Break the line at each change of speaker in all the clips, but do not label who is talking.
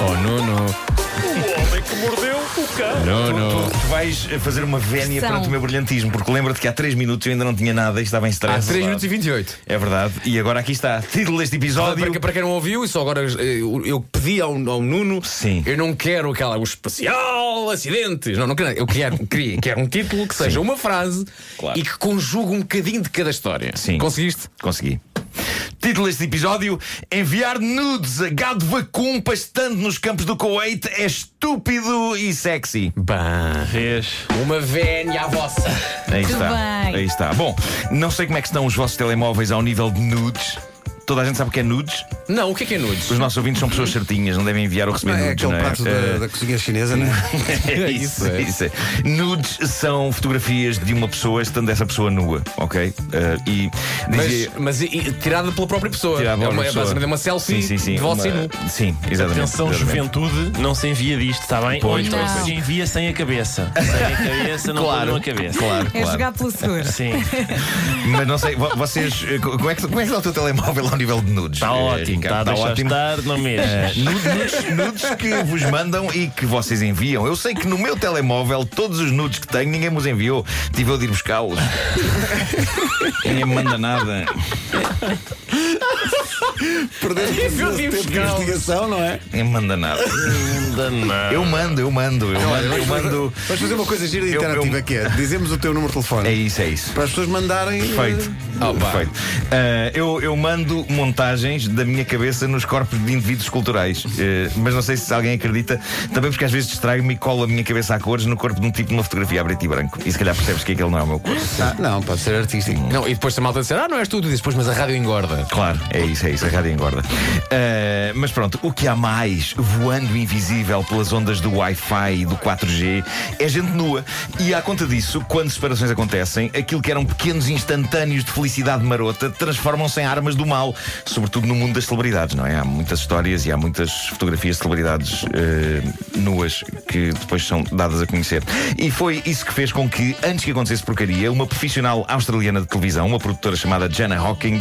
Oh,
Nuno.
O homem que mordeu o cão.
Nuno.
Tu vais fazer uma vénia
São.
perante o meu brilhantismo, porque lembra-te que há 3 minutos eu ainda não tinha nada e estava em
Há
stress.
3 minutos e 28.
É verdade. E agora aqui está. Título deste episódio.
Para, para quem não ouviu, e só agora eh, eu, eu pedi ao, ao Nuno,
Sim.
eu não quero aquela, o especial acidentes. Não, não quero. Eu quero, queria, quero um título que seja uma frase
Claro.
e que conjugue um bocadinho de cada história.
Sim.
Conseguiste?
Consegui. Título deste episódio: Enviar nudes a gado vacum pastando nos campos do Kuwait é estúpido e sexy.
Bah.
Vês?
Uma vénia à vossa.
Aí
Muito
está.
bem.
Aí está. Bom, não sei como é que estão os vossos telemóveis ao nível de nudes. Toda a gente sabe o que é nudes.
Não, o que é que é nudes?
Os nossos ouvintes são pessoas certinhas, não devem enviar ou receber
É
nudes.
aquele
não é?
prato da, da cozinha chinesa, não é?
É
Isso
isso,
é.
é isso. é. Nudes são fotografias de uma pessoa estando essa pessoa nua, ok? Eh, e
Mas,
dizia-
mas e- e tirada pela própria pessoa.
tirava
é
uma
uma,
pessoa.
É basicamente uma selfie
sim, sim, sim,
de você
uma-
nu.
Sim, exatamente.
Atenção,
exatamente.
juventude, não se envia disto, está bem?
Pois,
Ou então
pois,
se
pois.
envia sem a cabeça. Sem a cabeça, não
Claro.
ponham a cabeça.
Claro,
É
claro.
jogar pelo seguro.
Sim,
Mas não sei, vo- vocês. eh, co- Como é, que, como é que está o teu telemóvel ao nível de nudes?
está
Eh,
Tá ótimo, está a
Ricardo?
deixar
ótimo.
estar, não
Eh,
mesmo.
nudes, nudes- nudes que vos mandam e que vocês enviam. Eu sei que no meu telemóvel, todos os nudes que tenho, ninguém me os enviou. Tive eu de ir buscá-los. ninguém me manda nada.
Perdemos
Eu
esse
vi
tempo de
buscar.
investigação, não é?
Ninguém me manda nada.
Danado.
Eu mando, eu mando, eu mando, eu mando.
uh, Vamos fazer uma coisa gira e
Eu- eu-
interativa que é dizemos o teu número de telefone
É isso, é isso.
para as pessoas mandarem. uh,
Perfeito.
pá.
Perfeito. Ah, eu, eu mando montagens da minha cabeça nos corpos de indivíduos culturais. Eh, mas não sei se alguém acredita, também porque às vezes distraio-me e colo a minha cabeça a cores no corpo de um tipo numa fotografia a preto e branco. E se calhar percebes que aquele não é o meu corpo.
Ah, não, pode ser artístico.
Não, e depois se a malta disser, ah, não és tu, tu dizes, pois, mas a rádio engorda.
Claro, é isso, é isso, a rádio engorda. Ah, mas pronto, o que há mais voando invisível pelas ondas do Wi-Fi e do 4G é gente nua. E à conta disso, quando separações acontecem, aquilo que eram pequenos instantâneos de felicidade marota transformam-se em armas do mal, sobretudo no mundo das celebridades, não é? Há muitas histórias e há muitas fotografias de celebridades eh, nuas que depois são dadas a conhecer. E foi isso que fez com que, antes que acontecesse porcaria, uma profissional australiana de televisão, uma produtora chamada Jana Hawking,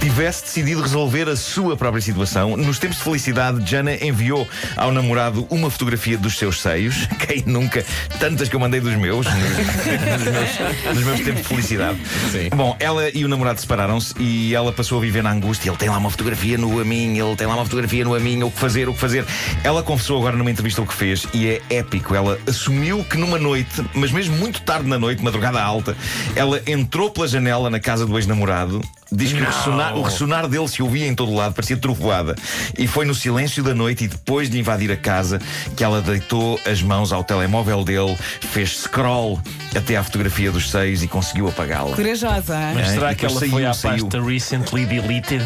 tivesse decidido resolver a sua própria situação. Nos tempos de felicidade, Jana enviou ao namorado uma fotografia dos seus seios. Quem nunca? Tantas que eu mandei dos meus, né? nos, nos meus, nos meus tempos de felicidade.
Sim.
Bom, ela e o namorado separaram-se e ela passou a viver na angústia. Ele tem lá uma fotografia no a mim, ele tem lá uma fotografia no a mim, o que fazer, o que fazer. Ela confessou agora numa entrevista o que fez e é épico. Ela assumiu que numa noite, mas mesmo muito tarde na noite, madrugada alta, ela entrou pela janela na casa do ex-namorado. Diz que o ressonar, o ressonar dele se ouvia em todo lado, parecia trovoada. E foi no silêncio da noite e depois de invadir a casa que ela deitou as mãos ao telemóvel dele, fez scroll até à fotografia dos seis e conseguiu apagá-la.
Corajosa. hein?
Mas
É,
será
e
que
depois
ela
saiu,
foi à
saiu.
pasta recently deleted?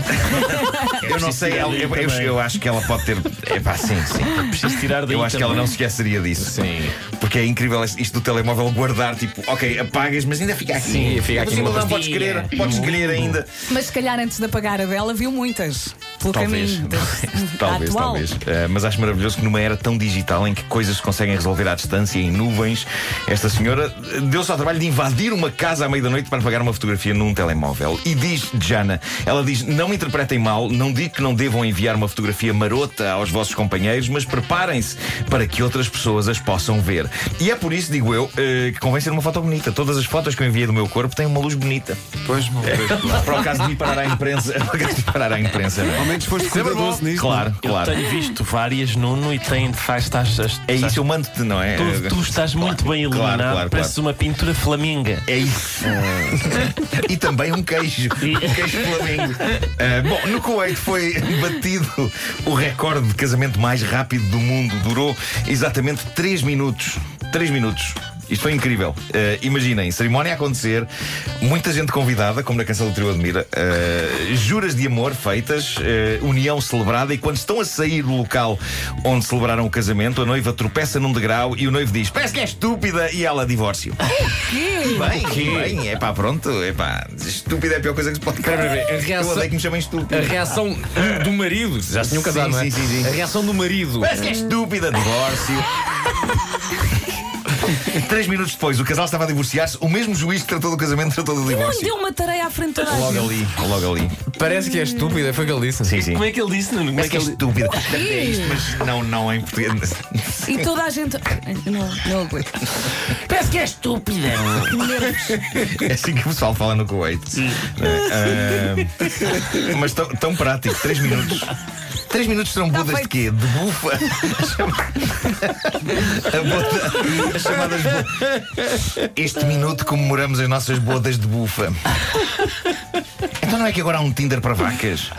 Eu não sei, ela- eu, eu- eu acho que ela pode ter. É pá, sim, sim.
Preciso tirar daí
Eu acho que ela
também.
não se esqueceria disso.
Sim.
Porque é incrível isto do telemóvel guardar, tipo, ok, apagas, mas ainda fica aqui.
Sim, fica aqui
Mas ainda
numa
não podes
pastinha.
querer, podes querer ainda.
Mas se calhar antes de apagar a dela, viu muitas. Pelo
Talvez.
caminho. da-
Talvez,
atual.
talvez. Eh, mas acho maravilhoso que numa era tão digital em que coisas se conseguem resolver à distância, em nuvens, esta senhora eh, deu-se ao trabalho de invadir uma casa à meia-da-noite para pagar uma fotografia num telemóvel. E diz Jana, ela diz: não me interpretem mal, não digo que não devam enviar uma fotografia marota aos vossos companheiros, mas preparem-se para que outras pessoas as possam ver. E é por isso, digo eu, eh, que convém ser uma foto bonita. Todas as fotos que eu enviei do meu corpo têm uma luz bonita.
Pois,
Para o caso de ir parar à imprensa, para o caso de ir parar à imprensa, não é?
ao menos foste cuidadoso nisto.
Claro,
Eu
claro.
tenho visto várias, Nuno, e tem de facto as. as-
É
as-
isso, eu mando-te, não é?
Tu, tu estás muito bem
claro,
iluminado,
claro.
pareces uma pintura flamenga.
É isso. e também um queijo. Um queijo flamengo. Ah, bom, no Kuwait foi batido o recorde de casamento mais rápido do mundo. Durou exatamente 3 minutos. 3 minutos. Isto foi incrível. Ah, imaginem, cerimónia a acontecer, muita gente convidada, como na canção do Trio Admira, ah, juras de amor feitas, ah, união celebrada, e quando estão a sair do local onde celebraram o casamento, a noiva tropeça num degrau e o noivo diz: Parece que é estúpida, e ela divórcio. Bem, bem, é pá, pronto, é pá, estúpida é a pior coisa que se pode
Espera, espera, espera, a reação-
Eu odeio que me chamem
A
estúpida.
reação do- do marido, já se tinham casado,
Sim,
não é?
sim, sim, sim.
A reação do marido.
Parece que é estúpida, divórcio. Três minutos depois, o casal estava a divorciar-se, o mesmo juiz que tratou do casamento tratou do
Não
divórcio.
deu uma tareia à frente de toda a
Logo
gente.
ali, logo ali.
Parece que é estúpida, foi o que ele disse.
Sim, sim.
Como é que ele disse, Nuno? Como
Mas
é
que
que
é
ele...
estúpida. É isto, mas não, não é em português.
E toda a gente. Não, não aguento.
Parece que é estúpida.
É assim que o pessoal fala no Kuwait. É, ah, mas tão, tão prático, 3 minutos. 3 minutos serão bodas de quê? De bufa? A boda- as chamadas bo- Este minuto comemoramos as nossas bodas de bufa. Então não é que agora há um Tinder para vacas?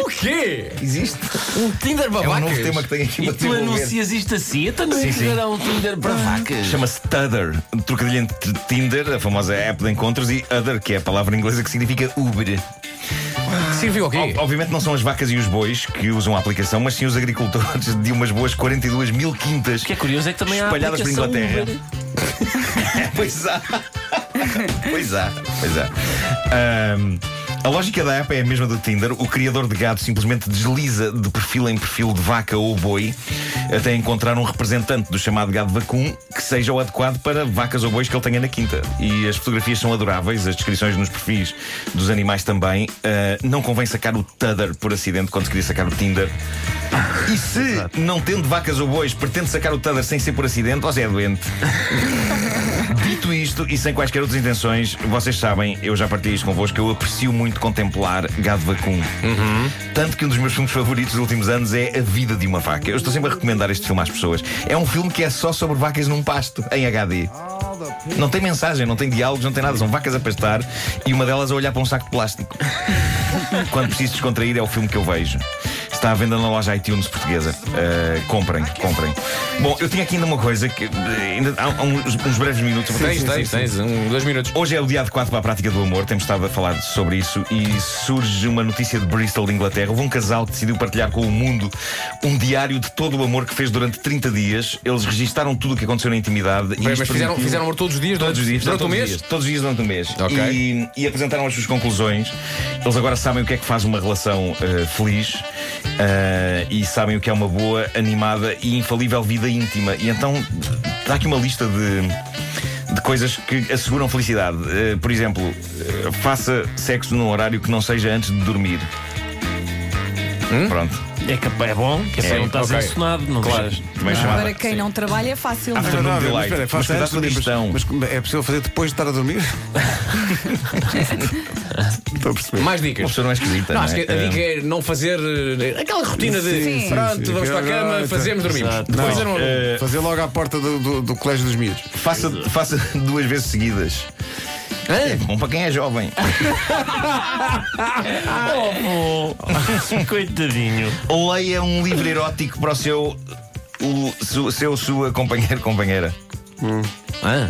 O quê?
Existe?
Um Tinder
É
babacas?
um novo tema que tem aqui
E
para
tu
desenvolver.
anuncias isto assim? Eu também
sim.
quero um Tinder para vacas.
Chama-se Tudder, um trocadilho entre Tinder, a famosa app de encontros, e Other, que é a palavra inglesa que significa Uber.
Serviu ao quê?
Ob- Obviamente não são as vacas e os bois que usam a aplicação, mas sim os agricultores de umas boas 42 mil quintas
O que é curioso é que também há
espalhadas por
aplicação
Inglaterra.
Uber.
pois há. pois há, pois há. Ahm, a lógica da app é a mesma do Tinder. O criador de gado simplesmente desliza de perfil em perfil de vaca ou boi até encontrar um representante do chamado gado vacum que seja o adequado para vacas ou bois que ele tenha na quinta. E as fotografias são adoráveis, as descrições nos perfis dos animais também. Ah, não convém sacar o Tudder por acidente quando se queria sacar o Tinder. E se, não tendo vacas ou bois, pretende sacar o Tudder sem ser por acidente, você é doente. Dito isto, e sem quaisquer outras intenções, vocês sabem, eu já partilhei isto convosco, eu aprecio muito contemplar gado vacum. Tanto que um dos meus filmes favoritos dos últimos anos é A Vida de uma Vaca. Eu estou sempre a recomendar este filme às pessoas. É um filme que é só sobre vacas num pasto, em HD. Não tem mensagem, não tem diálogos, não tem nada. São vacas a pastar e uma delas a olhar para um saco de plástico. Quando preciso descontrair, é o filme que eu vejo. Está à venda na loja iTunes portuguesa. Uh, comprem, comprem. Bom, eu tinha aqui ainda uma coisa que. eh, Ainda há há uns, uns breves minutos.
Tens, tens, tens. Um, dois minutos.
Hoje é o dia adequado para a prática do amor, temos estado a falar sobre isso e surge uma notícia de Bristol, de Inglaterra. Houve um casal que decidiu partilhar com o mundo um diário de todo o amor que fez durante 30 dias. Eles registaram tudo o que aconteceu na intimidade. e
Bem,
isto
mas fizeram,
permitiu-
fizeram amor todos os dias,
Todos os dias,
durante o
todos os
mês?
dias, todos os dias durante o mês.
Ok.
E, e apresentaram as suas conclusões. Eles agora sabem o que é que faz uma relação eh, feliz eh, e sabem o que é uma boa, animada e infalível vida íntima. E então dá aqui uma lista de, de coisas que asseguram felicidade. Eh, por exemplo, eh, faça sexo num horário que não seja antes de dormir. Pronto.
É, que é bom, que assim
É,
não estás
ok.
ensonado, não
Claro.
estás.
Também chamada.
Para quem não trabalha é fácil.
Ah,
não é?
Afternoon
Não, não,
delight.
espera,
Mas
faça
cuidado
antes
com a
de dormir,
digestão.
Mas mas é possível fazer depois de estar a dormir? Estou a perceber.
Mais
Uma
dicas.
pessoa não é esquisita.
Não,
não
acho que
é?
a dica é não fazer eh, aquela rotina de
Sim.
pronto,
Sim,
vamos
sim.
para a cama,
Exato.
fazemos, dormimos.
Exato.
Depois
Não,
era uma-
eh,
Fazer logo à porta do, do- do colégio dos miúdos.
Ah, faça, faça duas vezes seguidas. É bom para quem é jovem.
Oh, oh. Coitadinho.
Leia um livro erótico para o seu. O, su- seu, sua companheiro, companheira.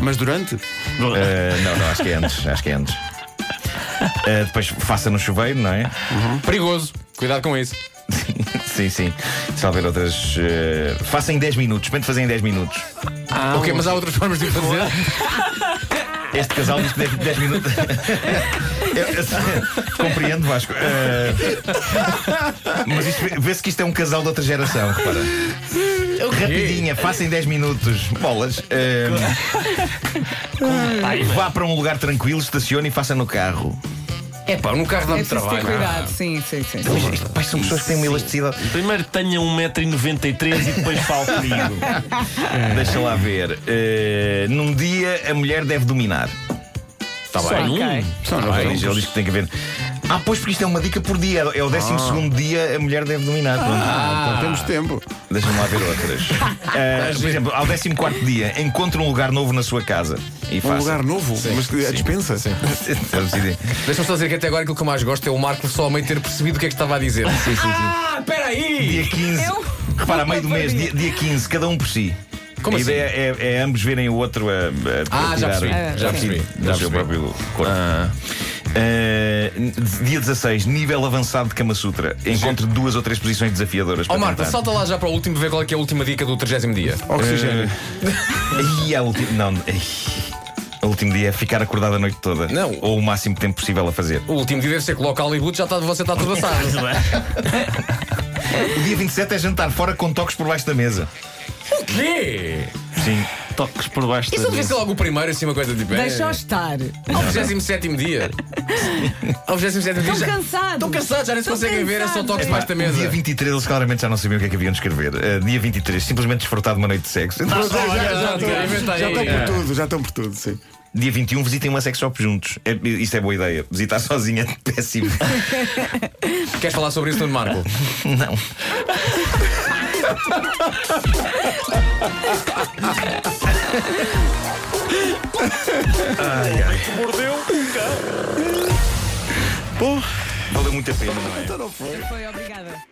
Mas durante?
Eh, não, não, acho que é antes. Acho que é antes. Eh, depois faça no chuveiro, não é?
Perigoso. Cuidado com isso.
sim, sim. Se houver outras. eh, faça em 10 minutos. Experimente fazer em 10 minutos.
ok, mas há outras formas de o fazer.
Este casal diz que 10, 10 minutos. Eu- eu- compreendo, Vasco. Eh, mas isto- vê-se que isto é um casal de outra geração, repara. Rapidinha, faça em 10 minutos. Bolas. Eh, vá para um lugar tranquilo, estacione e faça no carro.
É pá, no carro
É
dá-me
preciso ter
trabalho.
cuidado, sim, sim, sim.
Mas isto, pá, são pessoas que têm uma elasticidade.
Primeiro tenha 1,93m e depois fale comigo.
Deixa lá ver. Eh, num dia a mulher deve dominar.
Está
Tá
Só,
bem.
ok.
Só
Ah, ele diz que tem que haver. Ah, pois, porque isto é uma dica por dia. É o 12 segundo
Ah.
dia a mulher deve dominar. Pronto. Ah,
Então temos tempo.
Deixa-me lá ver outras. Ah, por exemplo, ao 14 dia, encontre um lugar novo na sua casa e
Um
faça.
lugar novo, mas que é a dispensa.
Estamos a dizer.
Deixa-me só dizer que até agora aquilo que eu mais gosto é o Marco só ao meio ter percebido o que é que estava a dizer. Ah, espera aí!
dia 15.
Eu-
Repara, a meio do mês, dia, dia 15, cada um por si.
Como
a
assim?
ideia é, é ambos verem o outro a, a- a
Ah, já
tirar
percebi,
o-
já
o-
percebi,
do
já percebi.
seu próprio corpo. Ah, dia 16, nível avançado de Kama Sutra. Encontre duas ou três posições desafiadoras.
Ó
para
Oh, Marta,
tentar.
salta lá já para o último ver qual é que é a última dica do 30 dia.
Oxigênio.
E a última. Não. ai. O último dia é ficar acordado a noite toda.
Não.
Ou o máximo tempo possível a fazer.
tá, O último dia deve ser que local e boot já está, você está tudo assado.
O dia 27 é jantar fora com toques por baixo da mesa.
O quê?
Sim, toques por baixo
Isso
da
não devia ser
mesa.
logo o primeiro, assim, uma coisa tipo.
Deixa-o
é,
estar.
Ao 27 dia. Ao 27 dia.
Estão
já-
cansados.
Estão cansados, já nem se
Estão
conseguem ver, é só
cansados.
toques
É
debaixo da
No Dia
mesa.
23 eles claramente já não sabiam o que é que haviam de escrever. Eh, dia 23, simplesmente desfrutar de uma noite de sexo. Então,
é, Já, já, já,
já,
já,
inventei.
já estão
É.
por tudo, já estão por tudo, sim.
Dia 21 visitem uma sex shop juntos. É, isto é boa ideia. Visitar sozinha é péssimo.
Queres falar sobre isso, Nuno Marco?
Não.
Bom,
Valeu muito a pena, não é?
então não foi.
é?
Foi, obrigada.